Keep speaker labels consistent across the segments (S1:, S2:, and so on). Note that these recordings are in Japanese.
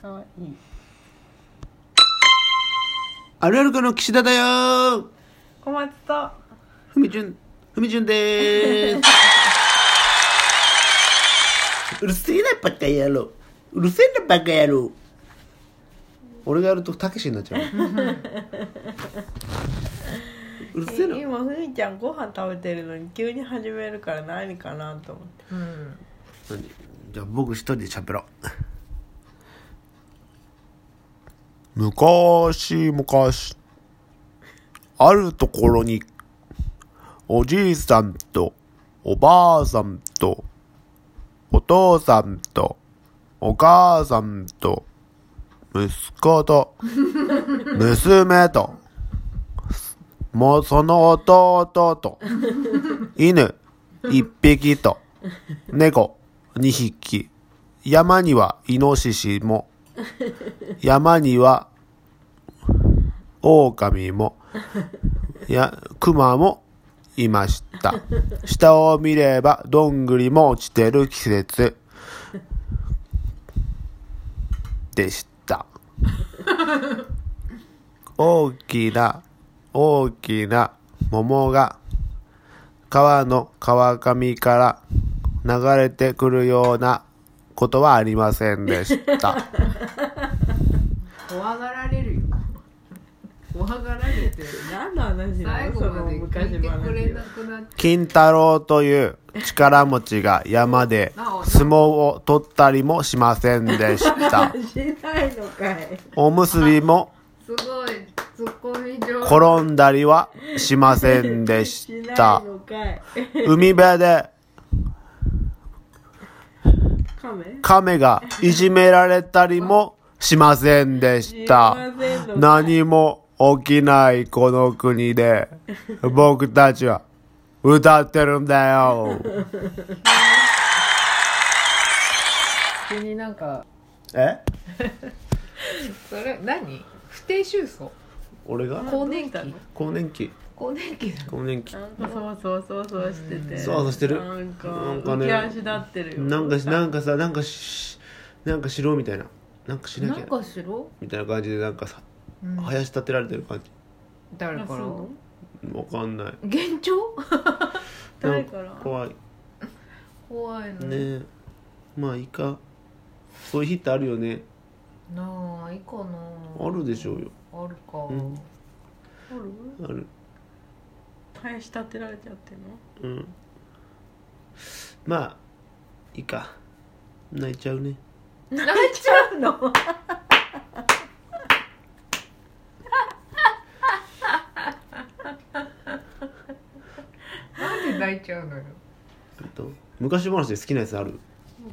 S1: かわいい
S2: あるあるかの岸田だよー
S1: 小松と
S2: ふみじゅんふみじゅんでーすうるせえなバカ野郎うるせえなバカ野郎俺がやるとたけしになっちゃううるせえな
S1: え今ふみちゃんご飯食べてるのに急に始めるから何かなと思って
S3: うん
S2: 何じゃあ僕一人で喋ろう昔昔あるところにおじいさんとおばあさんとお父さんとお母さんと息子と娘ともうその弟と犬一匹と猫2匹山にはイノシシも山には狼もや熊もいました下を見ればどんぐりも落ちてる季節でした大きな大きな桃が川の川上から流れてくるようなことはありませんで した。
S3: 怖がられるよ怖がられて
S1: 何の話な
S3: 最
S1: の
S3: 後
S1: その
S3: まで聞
S1: 昔
S3: いてくれ
S1: 話
S3: な
S1: は
S3: くなっ
S2: 金太郎という力持ちが山で相撲を取ったりもしませんで した。
S1: しないのかい
S2: おむすびも
S3: すごいツッコミ上手
S2: 転んだりはしませんで
S1: し
S2: し
S1: な
S2: た
S1: い。のかい
S2: 海辺で
S1: カメ
S2: 亀がいじめられたりもしませんでした。何も起きないこの国で、僕たちは歌ってるんだよ。
S3: 急になんか
S2: え
S3: それ何不定収穫
S2: 俺が
S3: 更年期
S2: 更年期
S3: 更年期だ
S2: 更年期
S1: なんかそわそわそわそわしてて
S2: そわそわしてる
S1: なんか
S2: なんかね
S1: 浮き足立ってるよ
S2: なんかしなんかさなんかしなんかしろみたいななんかしな
S3: な
S2: きゃ
S3: んかしろ、
S2: みたいな感じでなんかさ
S3: うん、
S2: 林立てられてる感じ
S3: 誰
S1: あ
S3: か
S1: そう
S3: ら
S1: なの
S2: わかんない
S3: 幻聴
S1: 誰から
S2: 怖い
S3: 怖いの
S2: ねえまあいいかそういう日ってあるよね
S3: ないかな
S2: あるでしょうよ
S3: あるか、
S2: うん
S1: おる
S2: ある
S1: 林立てられちゃってんの
S2: うんまあいいか泣いちゃうね
S3: 泣いちゃうのなんで泣いちゃうのよ
S2: えっと昔話で好きなやつある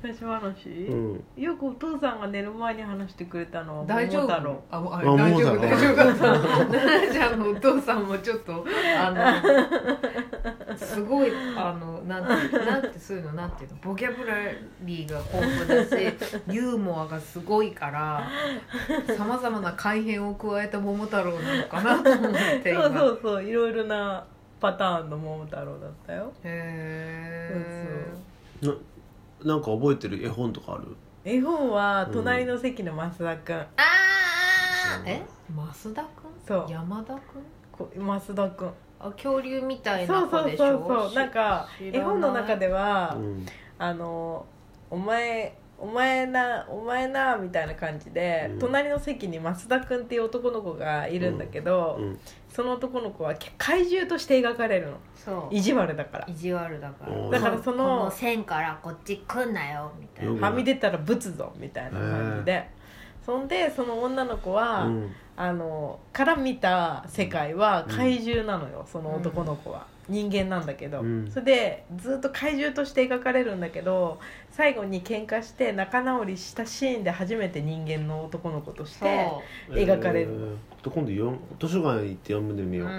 S1: 昔話、
S2: うん
S1: よくお父さんが寝る前に話してくれたのは
S3: 大丈
S1: 桃
S3: 夫
S1: 太郎
S3: あもうあ
S2: あ
S3: 大丈
S2: も
S3: 夫
S2: うだね
S3: 大丈夫だ った奈々ちゃんのお父さんもちょっとあのすごいあのなんてなんてそういうのなんていうのボキャブラリーが豊富だしユーモアがすごいからさまざまな改変を加えた桃太郎なのかなと思って
S1: そ
S3: 今
S1: うそうそういろいろなパターンの桃太郎だったよ
S3: へ
S1: そうそう
S2: ななんか覚えてる絵本とかある
S1: 絵本は隣の席の増田君、
S3: ああえ増田君
S1: そう
S3: 山田君
S1: こ増田君
S3: あ恐竜みたいな
S1: そう
S3: 子
S1: そう
S3: でしょ
S1: そうそうなんか
S3: 知らない
S1: 絵本の中では、
S2: うん
S1: あのお前お前なお前なみたいな感じで、
S2: うん
S1: 隣の席に増田君っていう男の子がいるんだけど、
S2: うん
S1: その男の子はけ怪獣として描かれるの
S3: そう
S1: 意地悪だから
S3: 意地悪だか
S2: お
S3: ら
S2: ーだから
S1: その
S3: この線からこっち来んなよみたい
S2: よ
S3: な
S2: く
S1: はみ出たらぶつぞみたいな感じで、そんでその女の子
S2: う
S1: は、
S2: ん
S1: あのから見た世界は怪獣なのよ、その男の子は、人間なんだけど、
S2: うん
S1: それでずっと怪獣として描かれるんだけど最後に喧嘩して仲直りしたシーンで初めて人間の男の子とし
S3: そう
S1: て、描かれる
S2: えーと今度よ図書館行って読んでみよう、
S1: う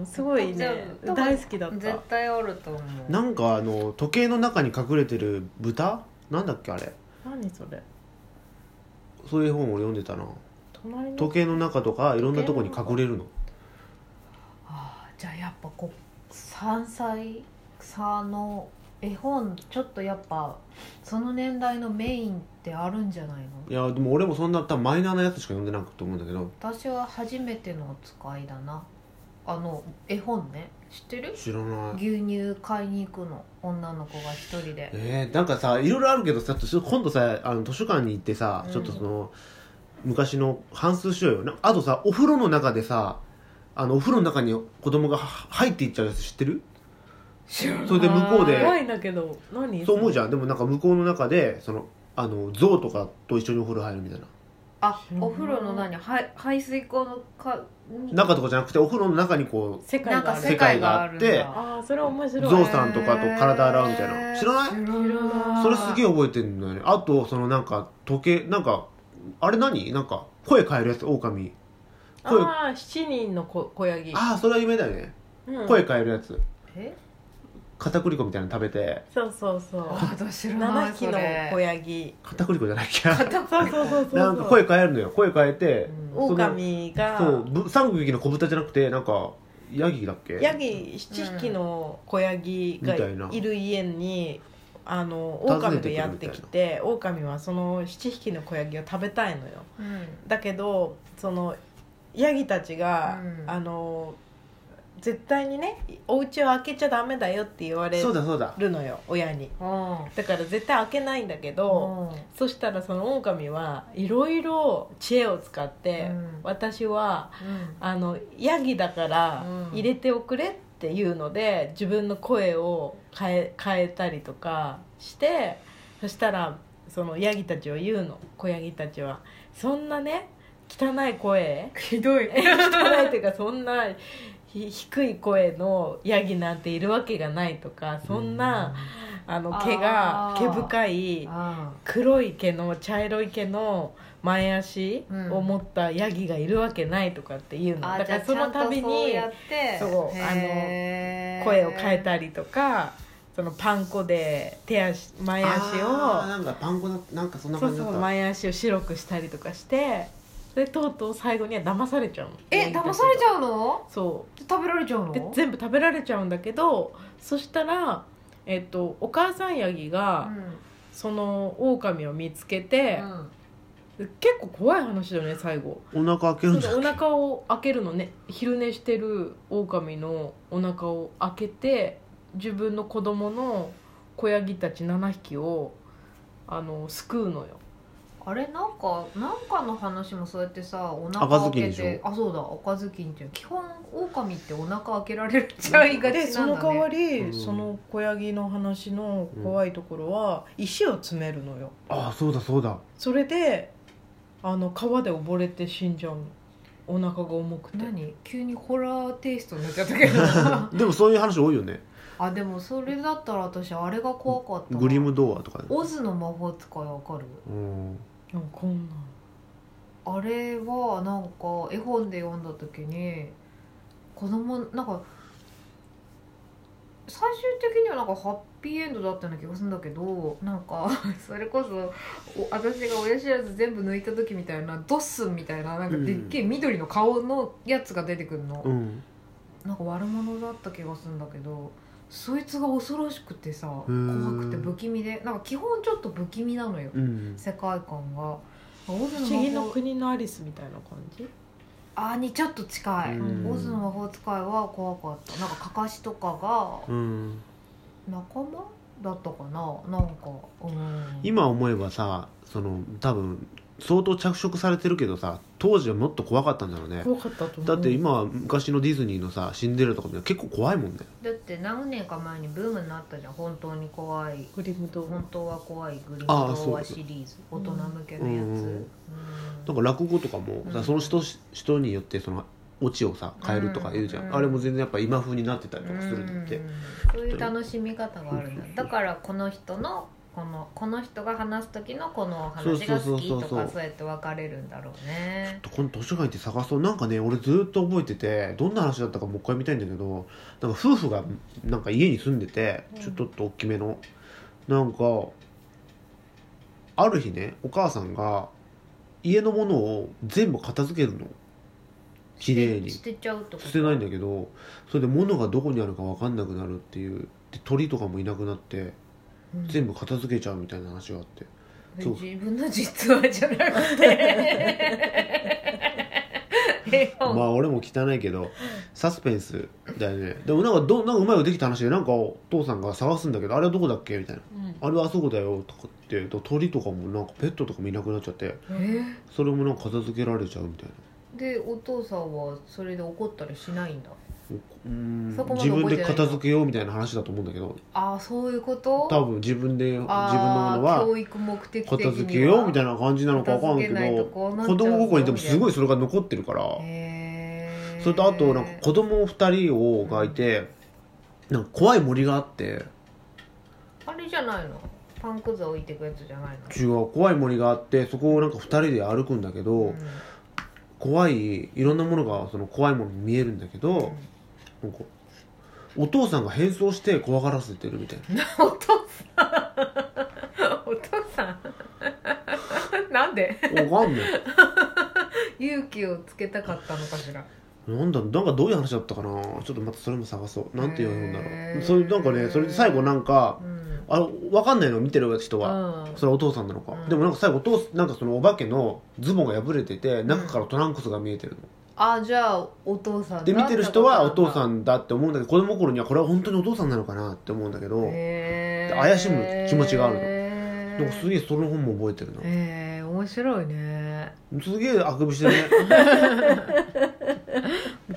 S1: ん、すごいね
S3: 多分
S1: 大好きだっ
S3: 絶
S1: た
S3: 対おると思う
S2: なんかあの時計の中に隠れてる豚なんだっけあれ
S1: 何それ
S2: そういう本を読んでたな
S1: 隣の
S2: 時計の中とかいろんなとこに隠れるの
S3: あーじゃあやっぱこう山菜草の絵本ちょっとやっぱその年代のメインってあるんじゃないの
S2: いやでも俺もそんな多分マイナーなやつしか読んでなくと思うんだけど
S3: 私は初めてのお使いだなあの絵本ね知ってる
S2: 知らない
S3: 牛乳買いに行くの女の子が一人で
S2: えー、なんかさいろいろあるけどさちょっと今度さあの図書館に行ってさ、
S3: うん
S2: ちょっとその昔の反数しようよなあとさお風呂の中でさあのお風呂の中に子供がは入っていっちゃうやつ知ってる
S3: 知らない
S2: それで向こうで
S1: 怖いんだけど何
S2: そう思うじゃんでもなんか向こうの中でそのあの象とかと一緒にお風呂入るみたいな
S3: あお風呂の何排排水口のか
S2: 中とかじゃなくてお風呂の中にこ
S1: 世界
S3: なん
S1: が
S3: か
S1: あ
S3: 世
S1: る
S3: 界があるんだ
S2: 世界が
S1: ああそれは面
S2: う
S1: 白い
S2: 象さんとかと体洗うみたいな知らない
S1: ら
S3: 知
S1: ない
S2: それすげえ
S3: え
S2: 覚えてるんだよねあとそのなんか時計なんかあれ何なんか声変えるやつ狼声あ
S1: ああ七人のこ小ヤギ、
S2: あーそれは夢だよね、
S1: うん
S2: 声変えるやつ
S3: え
S2: 片栗粉みたいなの食べて
S1: そうそうそう
S3: あ私知らない
S1: 7
S3: そ
S1: 匹の
S3: れ
S1: 小ヤギ
S2: 片栗粉じゃないっけ
S1: そうそうそうそう
S2: なんか声変えるのよ声変えて、
S1: オ
S3: うん
S2: そ
S1: オ
S2: の
S1: カミが
S2: そうぶ三匹の子豚じゃなくてなんかヤギだっけ
S1: ヤギ7匹の子ヤギが
S2: みたいない
S1: る家にあのオオカ
S2: 訪ね
S1: ミ
S2: てく
S1: が
S2: る
S1: やってきてオオカミはその7匹の子ヤギを食べたいのよ
S3: うん
S1: だけどそのヤギたちが、
S3: うん
S1: あの絶対にねお家を開けちゃダメだよって言われ
S2: そうだそうだ
S1: るのよ親に
S3: うん
S1: だから絶対開けないんだけど、
S3: うん
S1: そしたらそのオオカミはいろいろ知恵を使って、
S3: うん
S1: 私は
S3: うん
S1: あのヤギだから
S3: うん
S1: 入れておくれっていうので、自分の声を変え変えたりとかしてそしたらそのヤギたちを言うの子ヤギたちはそんなね汚い声
S3: ひどい
S1: 汚いっていうかそんなひ低い声のヤギなんているわけがないとかそんな、あの毛が
S3: あー
S1: 毛深い
S3: あ
S1: 黒い毛の茶色い毛の前足を持ったヤギがいるわけないとかっていうの、
S3: あ
S1: だ
S3: じゃ
S1: か
S3: あ
S1: らその度に
S3: そうやって
S1: そうあの
S3: へー
S1: 声を変えたりとかそのパン粉で手足前足
S2: あー
S1: を
S2: なんかパン粉だなんかそんな
S1: そ
S2: 感
S1: う
S2: じだ
S1: そ
S2: った
S1: う前足を白くしたりとかしてでとうとう最後には騙されちゃうの
S3: え騙されち
S1: う
S3: ゃうの
S1: そ
S3: 食べられちゃう
S1: う
S3: の
S1: で全部食べられちゃうんだけどそしたら、えっと、お母さんヤギが、その狼を見つけて、結構怖い話だよね最後
S2: お腹開け
S1: そ
S2: るん
S1: の
S2: だっけ
S1: お腹を開けるのね昼寝してる狼のお腹を開けて自分の子供の子ヤギたち7匹をあの救うのよ
S3: あれなんかなんかの話もそうやってさお
S2: 赤
S3: 腹
S2: ずきん
S3: 開け
S2: でしょ
S3: てあそうだ赤ずきんっていう基本狼ってお腹開けられちゃいが
S1: で
S3: ち
S1: そ
S3: なん
S1: の
S3: だ
S1: 代わ
S3: ね
S1: り、
S2: うん
S1: その子ヤギの話の怖いところは石を詰めるのよ
S2: ああそうだそうだ
S1: それであの川で溺れて死んじゃうのお腹が重くて
S3: 何急にホラーテイストになっちゃった けど
S2: でもそういう話多いよね
S3: あでもそれだったら私あれが怖かったな
S2: グリムドアとかね
S3: オズの魔法使いわかる
S2: うん
S1: なんかこんな
S3: あれはなんか絵本で読んだ時に子供なんか最終的にはなんかハッピーエンドだったような気がするんだけどなんか それこそお私が親知らず全部抜いた時みたいなドッスンみたいななんかでっけえ緑の顔のやつが出てくるの、
S2: うん
S3: なんか悪者だった気がするんだけどそいつが恐ろしくてさ怖
S2: ー
S3: くて不気味でなんか基本ちょっと不気味なのよ
S2: うん
S3: 世界観が。不思
S1: 不思議の国のアリスみたいな感じ
S3: あーにちょっと近い、
S2: うん
S3: オズの魔法使いは怖かったなんかかかしとかが
S2: うん
S3: 仲間だったかななんか、うん、
S2: 今思えばさその多分相当着色されてるけどさ当時はもっと怖かったんだろうね
S1: 怖かったと思う
S2: だって今は昔のディズニーのさシンデレラとかみたいな結構怖いもんね
S3: だって何年か前にブームになったじゃん本当に怖い
S1: グリムド
S3: 本当は怖いグリム
S2: あー
S3: 童
S2: そう
S3: 話シリーズ大人向けのやつ、
S2: うん
S3: うん
S2: なんか落語とかもさ、
S3: うん
S2: その人人によってそのオチをさ変えるとか言うじゃん、
S3: うん
S2: あれも全然やっぱ今風になってたりとかするのって、
S3: うんそういう楽しみ方があるんだだからこの人のこのこの人が話す時のこの話が好き
S2: そ
S3: と
S2: うそうそうそう
S3: かそうやって分かれるんだろうね
S2: この図書館行って探そうなんかね俺ずっと覚えててどんな話だったかもう一回見たいんだけどなんか夫婦がなんか家に住んでて
S1: うん
S2: ちょっと大きめの、なんかある日ねお母さんが家のものを全部片付けるの綺麗に
S3: 捨てちゃうってこと
S2: 捨てないんだけどそれで物がどこにあるか分かんなくなるっていうで鳥とかもいなくなって
S3: うん
S2: 全部片付けちゃうみたいな話があってそう
S3: 自分の実話じゃなく て絵
S2: ま
S3: 本
S2: あ俺も汚いけどサスペンスだよねでもなんかどなんかうまいことできた話でなんかお父さんが探すんだけどあれはどこだっけみたいな
S1: うん
S2: あれはあそこだよとかって言うと鳥とかもなんかペットとかもいなくなっちゃって
S3: え
S2: それもなんか片付けられちゃうみたいな
S3: でお父さんはそれで怒ったりしないんだ
S2: うーん
S3: そこまで
S2: 自分
S3: 覚えてない
S2: で片付けようみたいな話だと思うんだけど
S3: ああそういうこと
S2: 多分自分で自分のもの
S3: あー
S2: は
S3: 教育目的的に
S2: 片付けようみた
S3: い
S2: いな感じなのかわかんないけ
S3: 片付けない
S2: ど
S3: とこうなっち
S2: 子
S3: ゃうぞ
S2: 供心にでもすごいそれが残ってるから
S3: へー
S2: それとあとなんか子供二人をがいてなんか怖い森があって
S3: あれじゃないのパンくず置いてくやつじゃないの
S2: 違う怖い森があってそこをなんか二人で歩くんだけど、
S3: うん
S2: 怖いいろんなものがその怖いものに見えるんだけど、なんかお父さんが変装して怖がらせてるみたいな
S3: お父さんお父さん なんで
S2: わかんない
S3: 勇気をつけたかったのかしら
S2: なんだなんかどういう話だったかなちょっとまたそれも探そうなんていう本だろ
S3: へ
S2: う
S3: ー
S2: それなんかねそれで最後なんか
S3: うん
S2: あわかんないの見てる人は、
S3: うん
S2: それはお父さんなのか、
S3: うん
S2: でもなんか最後お父なんかそのお化けのズボンが破れてて中からトランクスが見えてるの、
S3: あじゃあお父さん
S2: で見てる人はお父さ
S3: ん
S2: んだって思うんだけど子供頃にはこれは本当にお父さんなのかなって思うんだけど、
S3: へ
S2: で
S3: ー
S2: 怪しむ気持ちがあるの
S3: へー
S2: なんかすげえその本も覚えてるな、
S3: へー面白いね
S2: すげえあくびしてるね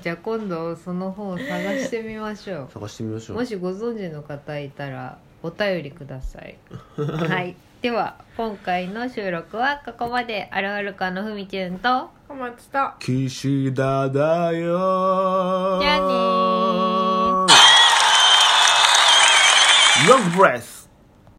S3: じゃあ今度その本を探してみましょ
S2: 探してみまし
S3: う
S2: ょ
S3: も
S2: う
S3: しご存知の方いたらお便りくだ さいはいでは今回の収録はここまであるあるかのふみちゅんと
S1: 小松と
S2: 岸田だよ
S3: じゃあねー
S2: ロングブレス